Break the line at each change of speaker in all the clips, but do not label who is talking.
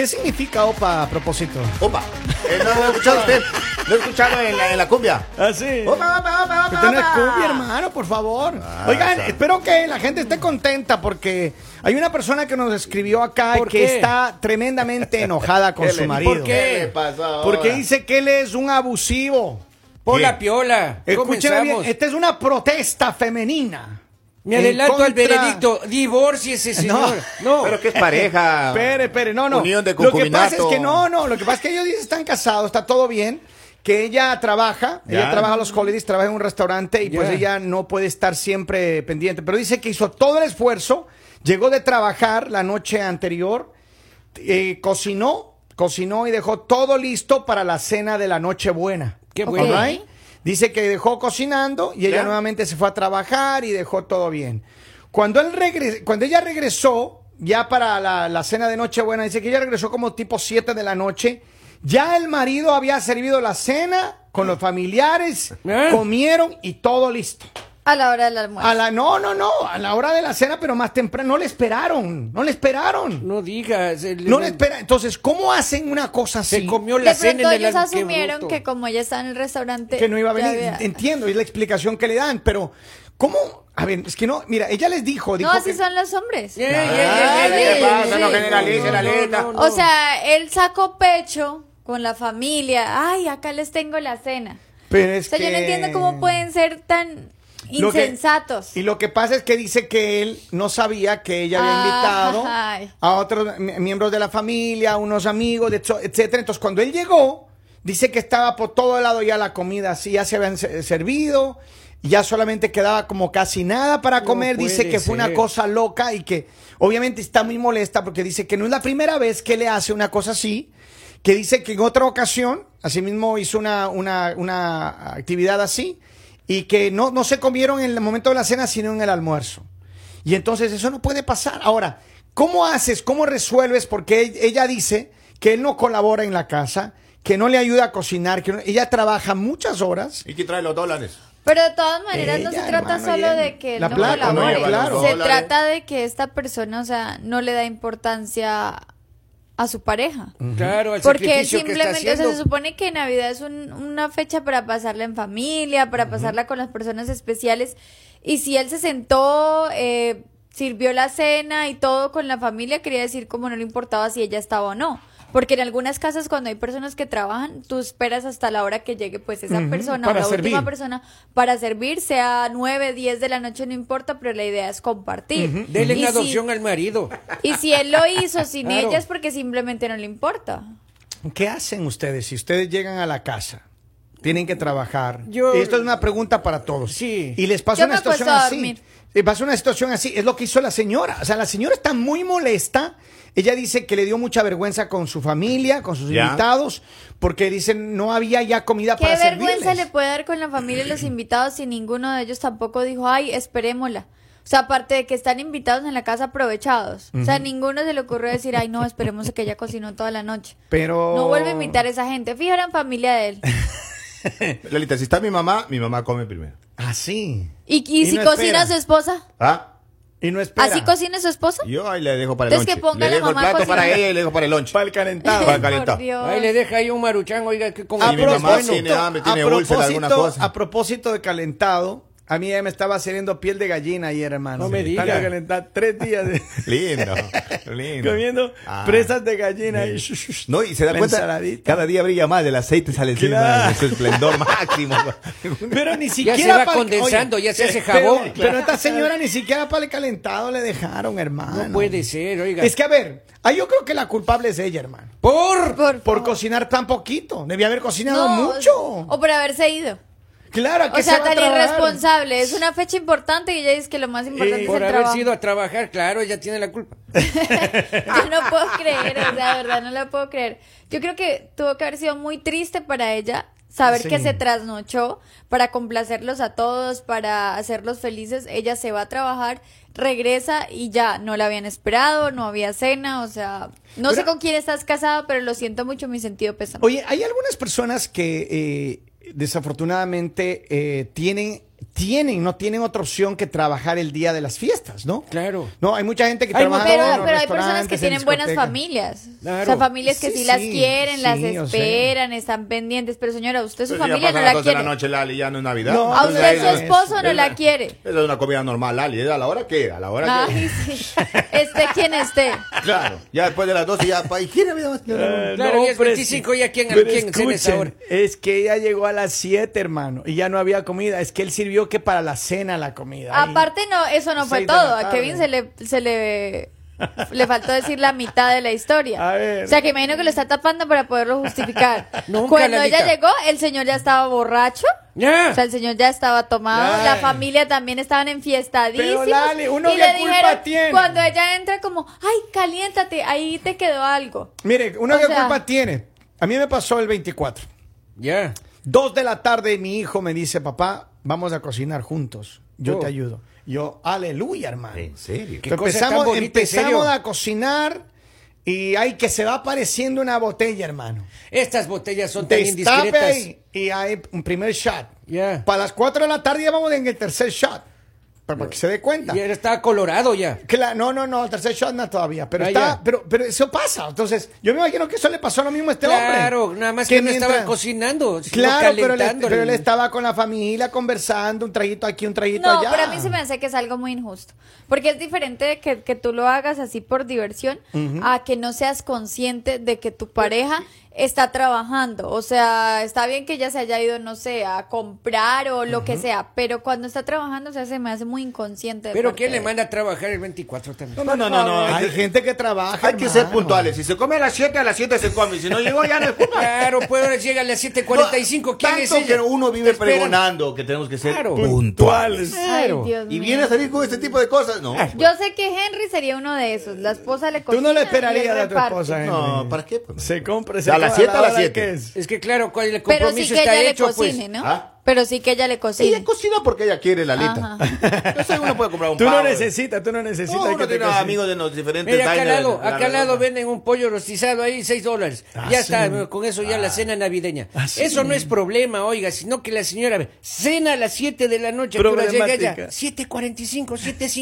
Eh, significa OPA a propósito?
Opa, eh, no lo he escuchado usted. Lo he escuchado en la, en la cumbia.
Así.
Opa, opa, opa,
Que
opa,
tenga
opa.
cumbia, hermano, por favor.
Ah,
Oigan,
está.
espero que la gente esté contenta porque hay una persona que nos escribió acá
¿Por
que
qué?
está tremendamente enojada con
¿Qué
su
le-
marido.
por
¿Qué
qué?
le pasó ahora?
Porque dice que él es un abusivo.
Pola
Bien.
piola.
Escúchame bien,
Comenzamos.
esta es una protesta femenina.
Me
En
adelanto al
contra-
veredicto. Divórciese, señor. No.
Pero que es pareja.
Espere, espere, no, no.
Unión de
lo que pasa es
concubinato.
que no, no, lo que pasa es que ellos dicen, están casados, está todo bien, que ella trabaja, ella
Ya.
trabaja los holidays, trabaja en un restaurante y pues
Ya.
ella no puede estar siempre pendiente, pero dice que hizo todo el esfuerzo, llegó de trabajar la noche anterior, eh, cocinó, cocinó y dejó todo listo para la cena de la Nochebuena.
Qué bueno.
All right. Dice que dejó cocinando y ella
Ya.
nuevamente se fue a trabajar y dejó todo bien. Cuando, él regre- cuando ella regresó, ya para la, la cena de Nochebuena, dice que ella regresó como tipo 7 de la noche. Ya el marido había servido la cena con los familiares,
¿Eh?
comieron y todo listo.
A la hora del almuerzo.
A la, no, no, no, a la hora de la cena, pero más temprano, no le esperaron, no le esperaron.
No digas. el-
No le esperaron. Entonces, ¿cómo hacen una cosa así?
Se comió la
de
cena
pronto
en el
ellos
alm- qué
asumieron
bruto.
que como ella estaba en el restaurante...
que no iba a
ya
venir.
había-
Entiendo, es la explicación que le dan, pero ¿cómo? A ver, es que no, mira, ella les dijo, dijo
No, así
que-
son los hombres.
Ey, ey, ey,
Ay,
ey,
Ah, ¿qué
ey,
pasa?
ey,
No
ey.
generalicen la letra.
no, no.
O sea, él sacó pecho con la familia. Ay, acá les tengo la cena.
pero es
o sea,
que...
yo no entiendo cómo pueden ser tan
Lo que-
insensatos.
y lo que pasa es que dice que él no sabía que ella había invitado
Ah, Ay.
a otros mie- miembros de la familia, a unos amigos, de hecho, etcétera. Entonces, cuando él llegó, dice que estaba por todo lado ya la comida, así ya se habían se- servido, y ya solamente quedaba como casi nada para
No
comer. dice
puede
que fue una
ser.
cosa loca y que obviamente está muy molesta porque dice que no es la primera vez que le hace una cosa así, que dice que en otra ocasión, asimismo hizo una, una, una actividad así, y que no, no se comieron en el momento de la cena, sino en el almuerzo. Y entonces eso no puede pasar. Ahora, ¿cómo haces? ¿Cómo resuelves? Porque e- ella dice que él no colabora en la casa, que no le ayuda a cocinar, que no- ella trabaja muchas horas.
¿Y quién trae los dólares?
Pero de todas maneras no
Ella,
se trata
hermano,
solo
ella-
de que él
la
no
plata,
¿no?
colabore.
Claro.
Se
Dólares.
trata de que esta persona, o sea, no le da importancia a su pareja.
Claro, al
Porque él
sacrificio que está
simplemente, o sea,
haciendo.
se supone que Navidad es un- una fecha para pasarla en familia, para pasarla con las personas especiales. Y si él se sentó, eh, sirvió la cena y todo con la familia, quería decir como no le importaba si ella estaba o no. Porque en algunas casas cuando hay personas que trabajan, tú esperas hasta la hora que llegue pues esa
Ujú,
persona o
para
la
servir.
última persona para servir, sea 9, 10 de la noche, no importa, pero la idea es compartir.
Dele
Y
en
si-
adopción al marido.
Y si él lo hizo sin
Claro.
ella es porque simplemente no le importa.
¿Qué hacen ustedes si ustedes llegan a la casa? Tienen que trabajar.
Yo-
Esto es una pregunta para todos.
Sí.
Y les pasa
Yo
una
me acuesto
situación
a
así.
dormir.
Les pasa una situación así. Es lo que hizo la señora. O sea, la señora está muy molesta. Ella dice que le dio mucha vergüenza con su familia, con sus
Ya.
invitados, porque dicen no había ya comida
¿Qué
Ah, para
vergüenza le
servirles.
puede dar con la familia y los invitados si ninguno de ellos tampoco dijo, ay, esperémosla? O sea, aparte de que están invitados en la casa aprovechados. O sea, ninguno se le ocurrió decir, ay, no, esperemos a que ella cocinó toda la noche.
Pero
No vuelve a invitar a esa gente. Fija, eran familia de él.
Lalita, si está mi mamá, mi mamá come primero.
Ah, Así.
¿Y, y
Y
si
no
cocina
espera.
a su esposa?
¿Ah?
Y no espera.
¿Así cocina su esposa?
Yo ahí le dejo para el
Entonces,
lunch.
que ponga
le
la
dejo el
mamá a
plato para
cocinar.
ella y le dejo para el lunch.
Para el calentado.
Para el
Por
calentado.
Dios.
Ahí le deja ahí un maruchán, oiga, que como
A
Y mi mamá
propósito-
tiene hambre, tiene
a
úlcera, alguna
propósito-
cosa.
A propósito de calentado, a mí ya me estaba saliendo piel de gallina ayer, hermano.
No me
Estaba
diga.
calentada tres días de-
Lindo, lindo.
comiendo
Ah.
presas de gallina. y-
No, y se da
La
cuenta,
ensaladita.
cada día brilla más, el aceite sale encima
Claro.
de su esplendor máximo.
Pero ni siquiera.
Ya se va
pa'l-
condensando, ya se hace
pero-
jabón.
Pero, esta señora ni siquiera para el calentado le dejaron, hermano.
No puede ser, oiga.
Es que, a ver, ah, yo creo que la culpable es ella, hermano.
Por.
Por,
Por cocinar tan poquito. Debía haber cocinado
No,
mucho.
O por haberse ido.
Claro, ¿a qué
O sea,
se va a
tan
trabajar? Eh,
irresponsable. Es una fecha importante y ella dice que lo más importante es
Por
el
haber
trabajo.
sido a trabajar, claro, ella tiene la culpa.
Yo no puedo creer, o sea, de verdad, no lo puedo creer. Yo creo que tuvo que haber sido muy triste para ella saber
Sí.
que se trasnochó para complacerlos a todos, para hacerlos felices. Ella se va a trabajar, regresa y ya no la habían esperado, no había cena, o sea, no sé
Pero-
con quién estás casada, pero lo siento mucho, mi sentido pésame.
Oye, hay algunas personas que eh, desafortunadamente eh, tienen tienen, no tienen otra opción que trabajar el día de las fiestas, ¿no?
Claro.
No, hay mucha gente que
Hay
trabaja.
Pero,
en los
pero hay personas que
restaurantes, en
tienen buenas
discotecas.
familias.
Claro.
O sea, familias que
Sí,
sí, las
sí,
quieren, las
sí, yo sé.
esperan, están pendientes. Pero señora, usted su
Entonces, ya
familia no
pasan las
la
dos de
quiere.
la noche, Lali, ya no es Navidad.
No,
A
Entonces,
usted su
ahí no-
esposo no
es-
la quiere.
Esa es una comida normal, Lali. Es a la hora que, a la hora que.
Ay, sí. Esté quien esté.
Claro, ya después de las 12 ya, pa, ¿y quién había más?
Eh,
Claro,
no,
y es
pero
25 y a quién- a
pero
quién se les ahora.
Es que ella llegó a las 7, hermano, y ya no había comida. Es que él sirvió que para la cena la comida. Ahí.
Aparte, no, eso no fue
Seis de
todo.
la
A Kevin se
tarde.
le, se le, le faltó decir la mitad de la historia.
A ver.
O sea, que imagino que lo está tapando para poderlo justificar.
Nunca,
Cuando
Lalita.
ella llegó, el señor ya estaba borracho.
Ya.
O sea, el señor ya estaba tomado,
Ya.
la familia también estaban enfiestadísimos.
Pero, Lali, uno
y
qué
le
culpa
dijeron,
tiene.
cuando ella entra como, ay, caliéntate, ahí te quedó algo.
Mire, uno
O
que
sea-
culpa tiene. A mí me pasó el 24.
Ya.
Dos de la tarde, mi hijo me dice, papá, vamos a cocinar juntos. Yo
Oh.
te ayudo. Yo, aleluya, hermano.
¿En serio?
¿Qué?
Entonces
cosa tan
empezamos
bonita, en
empezamos
serio.
a cocinar y hay que se va apareciendo una botella, hermano.
Estas botellas son tan
Destape
indiscretas.
ahí y hay un primer shot.
Ya.
Para las 4 de la tarde ya vamos en el tercer shot. Pero para que se dé cuenta.
Y él estaba colorado ya.
Cla- no, no, no, el tercer shot no todavía. Pero
Ah,
está,
ya.
pero, pero eso pasa. Entonces, yo me imagino que eso le pasó lo mismo a este hombre.
claro, nada más que, no
mientras-
estaba cocinando. sino
Claro, pero él,
calentando
pero
el-
él estaba con la familia conversando, un traguito aquí, un traguito
No,
allá.
pero a mí se me hace que es algo muy injusto. Porque es diferente de que, que tú lo hagas así por diversión a que no seas consciente de que tu pareja está trabajando. O sea, está bien que ella se haya ido, no sé, a comprar o lo que sea, pero cuando está trabajando, o sea, se me hace muy inconsciente. de
Pero
parte
¿quién le
de-
manda a trabajar el 24 también?
No, no, no, no.
Hay
Hay,
gente que trabaja.
hay que ser
hermano.
puntuales. Si se come a las 7, a las 7 se come. Si no llegó, ya no es culpa.
Claro, pues ahora llega a las 7.45. ¿Quién
Tanto
es ella?
que uno vive
Te esperan.
pregonando que tenemos que ser
Claro.
puntuales.
Ay,
Claro.
Dios
Y
mío.
viene a salir con este tipo de cosas, ¿no?
Yo sé que Henry sería uno de esos. La esposa le
Tú
cocina
no le
y él
esperarías de tu
reparte.
esposa, Henry.
No, ¿para qué? pues?
Se compra, se
¿A las
compra
siete o a las
hora
siete?
que es.
Es que claro, cuál- el
Pero
compromiso
sí que
está
ella le
hecho, pues.
cocine, ¿no?
¿Ah?
Pero sí que ella le cocine.
Ella cocina porque ella quiere la alita. Eso uno puede comprar un
Tú no
pavo. ¿eh?
necesitas, tú no necesitas.
No,
que
uno
te
tiene
cocinen.
amigos de los diferentes
Mira, acá al
diners,
lado,
la
acá al lado
redonda.
venden un pollo rostizado ahí, 6 dólares.
Ah,
ya
sí.
está, con eso ya la cena navideña.
Ah, sí.
Eso no es problema, oiga, sino que la señora cena a las 7 de la noche, pero llega ya
Problemática.
7.45,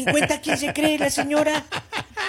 7.50, ¿quién se cree la señora?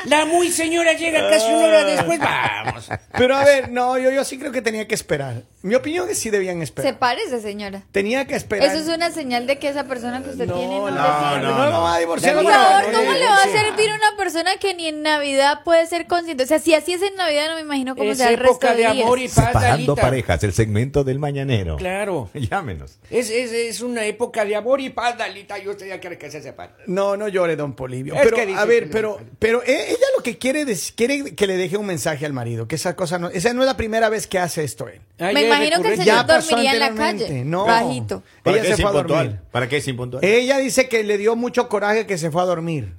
La muy señora llega casi una hora después, vamos.
Pero a ver, no, yo, yo sí creo que tenía que esperar. Mi opinión es que sí debían esperar.
Se parece, señora.
Tenía que esperar.
Eso es una señal de que esa persona que usted tiene
No, no,
no, le
no,
sirve.
no,
no,
no.
va a divorciar.
Por
Por
otra
favor,
vez.
¿cómo le va a
Sí.
servir una persona que ni en Navidad puede ser consciente? O sea, si así es en Navidad, no me imagino cómo
Es
será el resto
época
de,
de
días.
amor y paz,
Separando
Lalita.
parejas, el segmento del mañanero.
Claro.
Llámenos.
Es, es, es una época de amor y paz, Dalita. Yo usted ya quiere que se separe.
No, no llore, don Polivio.
Es
Pero,
que dice
a
que
ver,
le-
pero, pero e- ella lo que quiere es quiere que le deje un mensaje al marido, que esa cosa no, esa no es la primera vez que hace esto él.
Ah, ya
me
es
imagino que el
recurrente.
señor
Ya pasó
dormiría en la
anteriormente,
calle,
no.
bajito.
¿Para
Ella
qué
se
es
fue a dormir.
impuntual? ¿Para qué es impuntual?
Ella dice que le dio mucho coraje que se fue a dormir.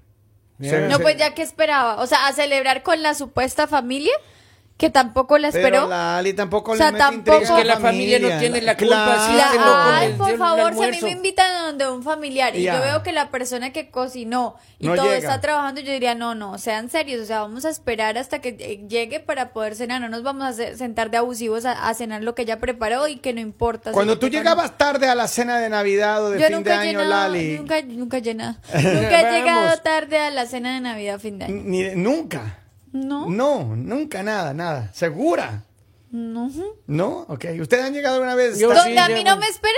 Ya.
Se-
No,
se-
pues ya que esperaba. O sea, a celebrar con la supuesta familia, que tampoco la
Pero
esperó.
la Ali tampoco
O sea,
le mete
tampoco-
intriga a
Es que
la familia no tiene la culpa,
Y
sí,
la-
que no con
Ah, ay,
el-
por
el
favor, si a mí
almuerzo.
me invitan donde un familiar y
Ya.
yo veo que la persona que cocinó y
No
todo
llega.
está trabajando, yo diría, no, no, sean serios, o sea, vamos a esperar hasta que eh, llegue para poder cenar, no nos vamos a se- sentar de abusivos a, a cenar lo que ella preparó y que no importa. si
Cuando
yo
tú
tengo-
llegabas tarde a la cena de Navidad o de
pues, yo
fin de
nunca he
año,
llenado-
Lali.
Nunca, nunca he llenado. Nunca he
Vamos.
llegado tarde a la cena de Navidad, fin de año.
Ni- nunca.
No,
No, nunca, nada, nada. ¿Segura?
no.
¿No? Ok. ¿Ustedes han llegado alguna vez?
Yo
tarde?
Donde a mí
llego.
no me esperen,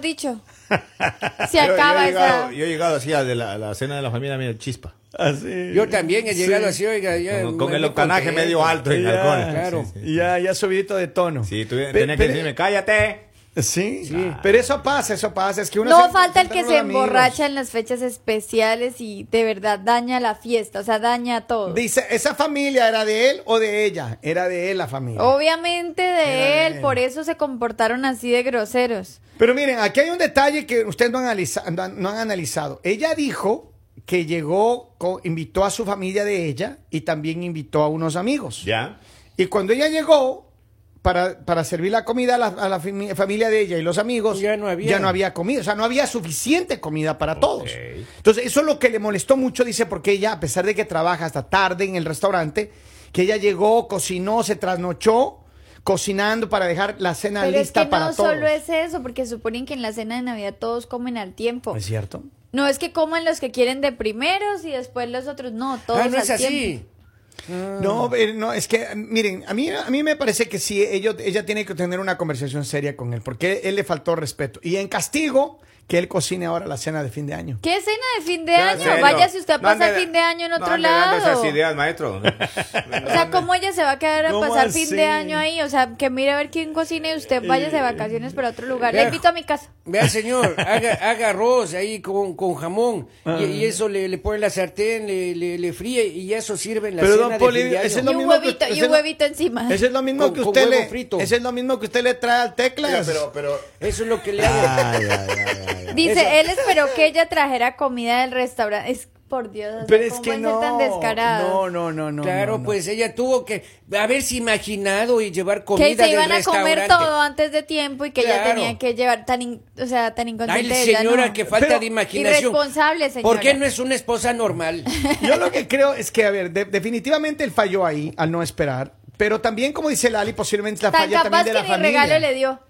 dicho. Se
Ah, Yo- yo he
acaba
llegado-
esa.
Yo he llegado así a de la, a la cena de la familia, mira, chispa.
Así.
Yo también he llegado así, oiga. ya
Con,
me-
con el
me
octanaje
conté.
medio alto en
Ya,
alcohol.
claro.
Sí, sí.
Ya, ya subidito de tono.
Sí, tú
Pe-
tenías que
pero-
decirme, cállate.
Sí, pero eso pasa, eso pasa. Es que uno
No
se-
falta el que
con
se
los amigos.
emborracha en las fechas especiales y de verdad daña la fiesta, o sea, daña todo.
Dice, ¿esa familia era de él o de ella? Era de él la familia.
Oh. Obviamente de
Era
él,
bien.
por eso se comportaron así de groseros.
Pero miren, aquí hay un detalle que ustedes no han, analiza- no han- no han analizado. Ella dijo que llegó, co- invitó a su familia de ella y también invitó a unos amigos.
Ya.
Y cuando ella llegó para, para servir la comida a la, a la fami- familia de ella y los amigos,
Ya no había.
comida, o sea, no había suficiente comida para todos.
Ok.
Entonces, eso es lo que le molestó mucho, dice, porque ella, a pesar de que trabaja hasta tarde en el restaurante, que ella llegó, cocinó, se trasnochó, cocinando para dejar la cena
Pero es
lista
que
para
no
todos.
solo es eso, porque suponen que en la cena de Navidad todos comen al tiempo.
¿Es cierto?
No es que coman los que quieren de primeros y después los otros no, todos
Ah, no
al
es así.
tiempo.
No, eh, no, es que, eh, miren, a mí, a mí me parece que sí, ello- ella tiene que tener una conversación seria con él, porque él le faltó respeto. Y en castigo, que él cocine ahora la cena de fin de año.
¿Qué cena de fin de
Ya,
año?
serio.
Vaya si usted
No
pasa el
ande-
fin de año en
no
otro
ande dando
lado.
esas ideas, maestro.
O sea, ¿cómo ella se va a quedar a
¿Cómo
pasar fin de
así?
año ahí? O sea, que mire a ver quién cocina y usted vaya de vacaciones para otro lugar. La
viejo.
invito a mi casa.
Vea, señor, haga, haga arroz ahí con, con jamón
Ah.
y, y eso le, le pone en la sartén, le, le, le fríe y eso sirve en la
Pero,
cena
don
de
Poli,
fin de año.
ese es
Y
lo
un
mismo que-
huevito, y
ese
un
no-
huevito encima.
Eso es lo mismo
Con-
que
con
usted
huevo
le,
frito.
eso es lo mismo que usted le trae al
Mira,
teclas.
pero, pero.
Eso es lo que le
Ah,
hago.
Dice,
Eso-
él esperó que ella trajera comida del restaurante. Es, por Dios, o sea,
Pero es
¿cómo
que
van a
no.
ser tan descarados?
No, no, no, no.
claro,
no, no.
pues ella tuvo que haberse imaginado y llevar comida
que se iban
del
a comer
restaurante.
todo antes de tiempo y que
Claro.
ella tenía que llevar tan, in- o sea, tan
Ay,
inconsciente. ella,
señora,
no.
que falta
Pero-
de imaginación.
Irresponsable, señora.
¿Por qué no es una esposa normal?
Yo lo que creo es que, a ver, de- definitivamente él falló ahí al no esperar. Pero también, como dice Lali, posiblemente la
Tan
falla
capaz
también de
que
la
ni
familia.
regalo le dio.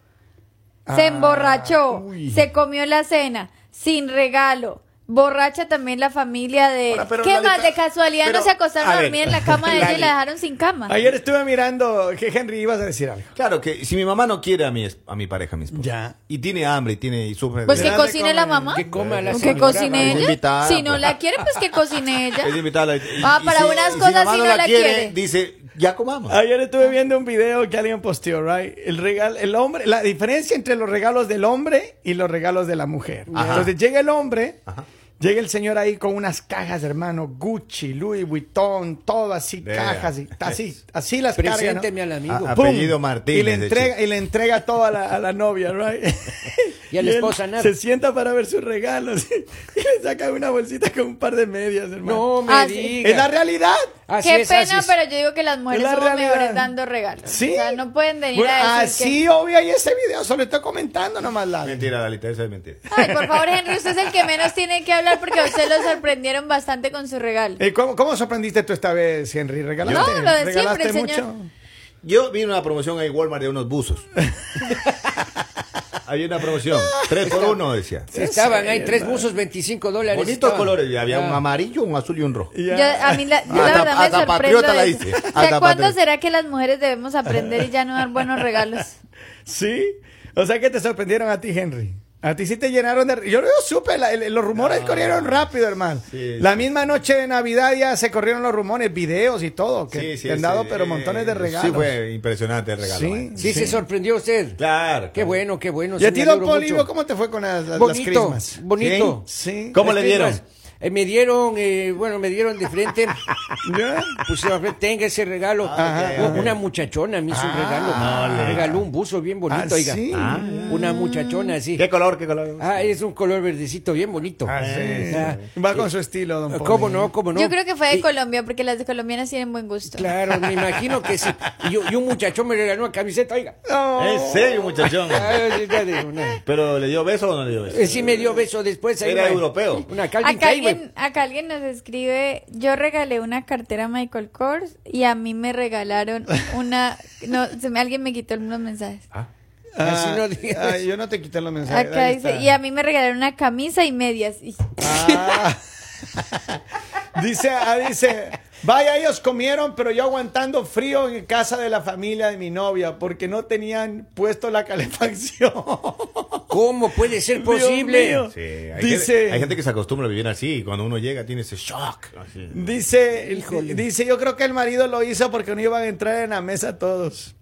Se
Ah,
emborrachó,
uy.
se comió la cena, sin regalo. Borracha también la familia de...
Ahora, pero
¿Qué
Lali,
más? De
pero-
casualidad
pero-
no se acostaron
a
a
ver,
dormir en la cama de ella y
Lali.
la dejaron sin cama.
Ayer estuve mirando que Henry ibas a decir algo.
Claro que si mi mamá no quiere a mi, es- a mi pareja, a mi esposa.
Ya.
Y tiene hambre y tiene y sufre.
Pues
de-
que
Dale,
cocine la
come.
mamá.
Que coma la
O que
señora,
cocine
vamos.
ella.
Es invitada,
si no
pues.
la quiere, pues que cocine ella.
Es invitada. y- y-
Ah,
y
para
si-
unas
y
cosas
mamá
sí
no
no la quiere.
Dice, ya comamos.
Ayer
Ah.
estuve viendo un video que alguien posteó, right? El regalo, el hombre, la diferencia entre los regalos del hombre y los regalos de la mujer.
Ajá.
Entonces llega el hombre,
Ajá.
llega el señor ahí con unas cajas, hermano, Gucci, Louis Vuitton, todo así,
Vea.
cajas, y- así, así las carga, ¿no?
Presénteme al amigo.
Ah, ah.
¡Pum!
Apellido Martínez,
Y le
de
entrega,
chico.
y le entrega todo a la, a la novia, right?
Y a la
él
esposa nada.
Se sienta para ver sus regalos y le saca una bolsita con un par de medias, hermano.
No me
Ah, sí.
diga.
es la realidad.
Así
Qué
es, así
pena,
es.
pero yo digo que las mujeres
Es la
son
realidad.
mejores dando regalos.
Sí.
O sea, no pueden venir
Bueno, ah,
a decir
así, obvio, y ese video solo estoy comentando nomás, Lali.
Mentira, Dalita, eso es mentira.
que... Ay, por favor, Henry, usted es el que menos tiene que hablar porque a usted lo sorprendieron bastante con su regalo.
Eh, ¿cómo, cómo sorprendiste tú esta vez, Henry? ¿Regalaste,
No, lo de siempre,
regalaste
señor.
mucho?
Yo vi una promoción en Walmart de unos buzos. Había una promoción. Tres por uno, decía.
Estaban ahí tres buzos, 25 dólares.
Bonitos
estaban.
colores. y Había
Ah.
un amarillo, un azul y un rojo.
Ya.
Yo- a mí la, yo la
Hasta-
verdad me
hasta
sorprendo.
patriota la
de
hice.
eso. O sea,
Hasta
¿cuándo
patriota.
será que las mujeres debemos aprender y ya no dar buenos regalos?
Sí. O sea que te sorprendieron a ti, Henry. A ti sí te llenaron de... Yo, yo supe, la- el- los rumores corrieron rápido, hermano.
Sí,
la
sí.
misma noche de Navidad ya se corrieron los rumores, videos y todo. Que te han dado,
sí.
pero montones de regalos.
Sí, fue impresionante el regalo.
Sí.
man.
Sí, se sorprendió usted.
Claro.
Qué bueno, qué bueno.
Y
sí,
a ti,
me
don
alegro
Polivio,
mucho.
¿cómo te fue con las, las, las
Bonito,
crismas?
bonito.
Sí.
¿Cómo
Las
le dieron?
primas, eh, me dieron, eh, bueno, me dieron de frente.
¿Ya?
Pusieron, "Ve, tenga ese regalo.
Ajá,
U-
ajá.
Una muchachona me hizo un regalo. me regaló un buzo bien bonito,
Ah,
oiga.
sí.
Ah.
Una muchachona así.
¿Qué color? ¿Qué color?
Ah, es un color verdecito bien bonito.
Este. Ah, Eh, sí,
Ah,
sí. Va con su estilo, don Poli.
¿Cómo no? ¿Cómo no?
Yo creo que fue de
Y-
Colombia porque las de colombianas tienen buen gusto.
Claro, me imagino que sí. Y, yo- y un muchachón me regaló una camiseta, oiga.
No.
Es serio, muchachón.
Ah, es de una-
¿Pero le dio beso o no le dio beso?
Eh, Sí me dio beso después. ahí
Era
una-
europeo.
Una Calvin
Acá
Klein, güey.
alguien, acá alguien nos escribe, yo regalé una cartera a Michael Kors y a mí me regalaron una... No, se me- alguien me quitó los mensajes.
Ah,
Así no digas.
ah, yo no te quité los mensajes.
Acá
ahí
dice,
está.
y a mí me regalaron una camisa y medias. Y-
Ah. dice, ah, dice, vaya, ellos comieron, pero yo aguantando frío en casa de la familia de mi novia porque no tenían puesto la calefacción.
¿Cómo puede ser posible?
Dios mío.
Sí, hay,
Dice-
gente, hay gente que se acostumbra a vivir así y cuando uno llega tiene ese shock. así.
Dice,
Híjole.
dice, yo creo que el marido lo hizo porque no iban a entrar en la mesa todos.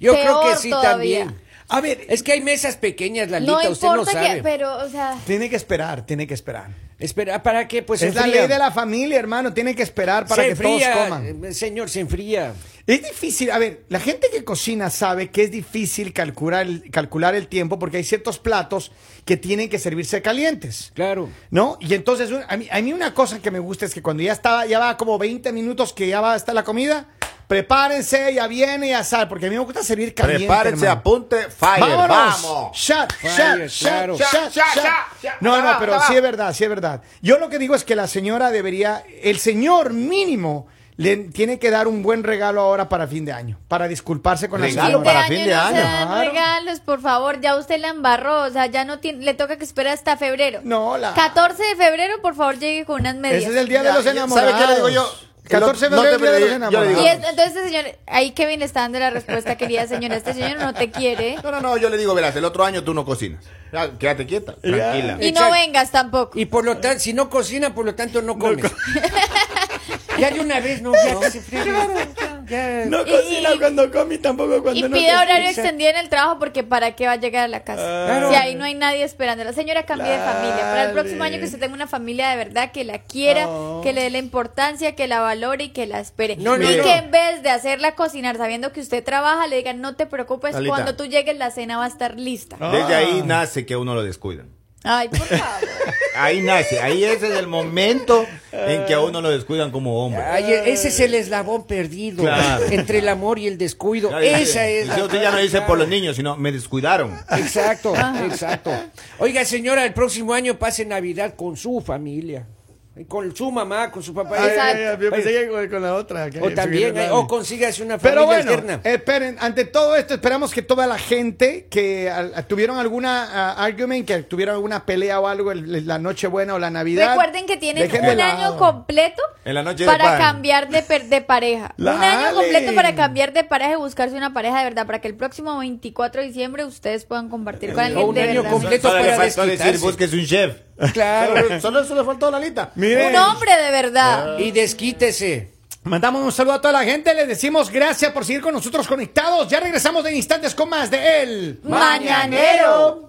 Yo
Peor
creo que sí
todavía.
también.
A ver,
Es que hay mesas pequeñas, Lalita,
no
usted no
importa
sabe.
que... Pero, o sea...
tiene que esperar, tiene que esperar.
Espera, ¿para qué? Pues se
es la
enfría.
ley de la familia, hermano, tiene que esperar para
se
que
enfría,
todos coman.
eh, Señor, se enfría.
Es difícil, a ver, la gente que cocina sabe que es difícil calcular, el- calcular el tiempo porque hay ciertos platos que tienen que servirse calientes.
Claro.
¿No? Y entonces, un- a mí, a mí una cosa que me gusta es que cuando ya estaba, ya va como 20 minutos que ya va a estar la comida, prepárense, ya viene, ya sal, porque a mí me gusta servir caliente.
Prepárense,
hermano.
apunte, fire.
¡Vámonos!
¡Vamos!
¡Shot,
Fire,
shot, shot,
claro.
shot,
Shot, shot,
shot!
shot.
No, no,
Trabajo,
pero
trabajo.
sí es verdad, sí es verdad. Yo lo que digo es que la señora debería, el señor mínimo, le tiene que dar un buen regalo ahora para fin de año, para disculparse con la
Regalo
señora.
Fin de
para
año
fin de
no
año.
se dan
Claro.
regalos, por favor, ya usted la embarró, o sea, ya no tiene, le toca que espera hasta febrero.
No, la-
14 de febrero, por favor, llegue con unas medias.
Ese es el día de los
Ya, ya,
enamorados.
¿sabe qué le digo yo?
14 de
No te
febrero, el día de los
perdí, yo
enamorados.
le digo-
Y es- entonces, este señor, ahí Kevin le está dando la respuesta, querida señora, este señor no te quiere.
No, no, no, yo le digo, verás, el otro año tú no cocinas. Ya, Quédate quieta, tranquila.
Y no
Exacto.
vengas tampoco.
Y por lo tanto, si no cocina, por lo tanto no comes. ya de una vez, no, ya que se friegue. Ya.
No
Y-
cocina cuando come y tampoco
Y
cuando no
pide
come.
horario extendido en el trabajo porque para qué va a llegar a la casa.
Claro.
Si ahí no hay nadie esperándola. Señora, cambie de familia. Para el próximo año que usted tenga una familia de verdad que la quiera, que le dé la importancia, que la valore y que la espere.
Oh. No,
y
no, no.
que en vez de hacerla cocinar sabiendo que usted trabaja, le digan, no te preocupes,
Lalita.
cuando tú llegues la cena va a estar lista.
Ah.
Desde ahí nace que a uno lo descuidan.
Ay, por favor.
Ahí nace, ahí ese es el momento en que a uno lo descuidan como hombre.
Ay, ese es el eslabón perdido
Claro.
entre el amor y el descuido.
Claro,
Esa
dice-
es
dice,
la
usted ya no dice
clave.
por los niños, sino me descuidaron.
Exacto, exacto. Oiga, señora, el próximo año pase Navidad con su familia. Con su mamá, con su papá.
Ay, ay, ay,
yo pensé que con- con la otra. que-
o también,
que-
eh, o consígase una familia
Pero bueno,
alterna.
esperen, ante todo esto esperamos que toda la gente que al- tuvieron alguna ah, argument, que tuvieron alguna pelea o algo, el- la Nochebuena o la Navidad.
Recuerden que tienen
dejen de
un
lado.
año completo
En la noche de
para
pan.
cambiar de, per- de pareja. Un
Dale.
año completo para cambiar de pareja y buscarse una pareja de verdad para que el próximo 24 de diciembre ustedes puedan
Eh,
compartir con alguien
un
de
año
verdad.
completo. Esto es
Solo le
para
faltó decir,
desquitarse.
búsquese un chef.
Claro.
Solo, solo eso le faltó a Lalita.
Miren,
Un hombre de
Eh,
verdad.
Y desquítese.
mandamos un saludo a toda la gente, les decimos gracias por seguir con nosotros conectados. Ya regresamos en instantes con más de él.
Mañanero.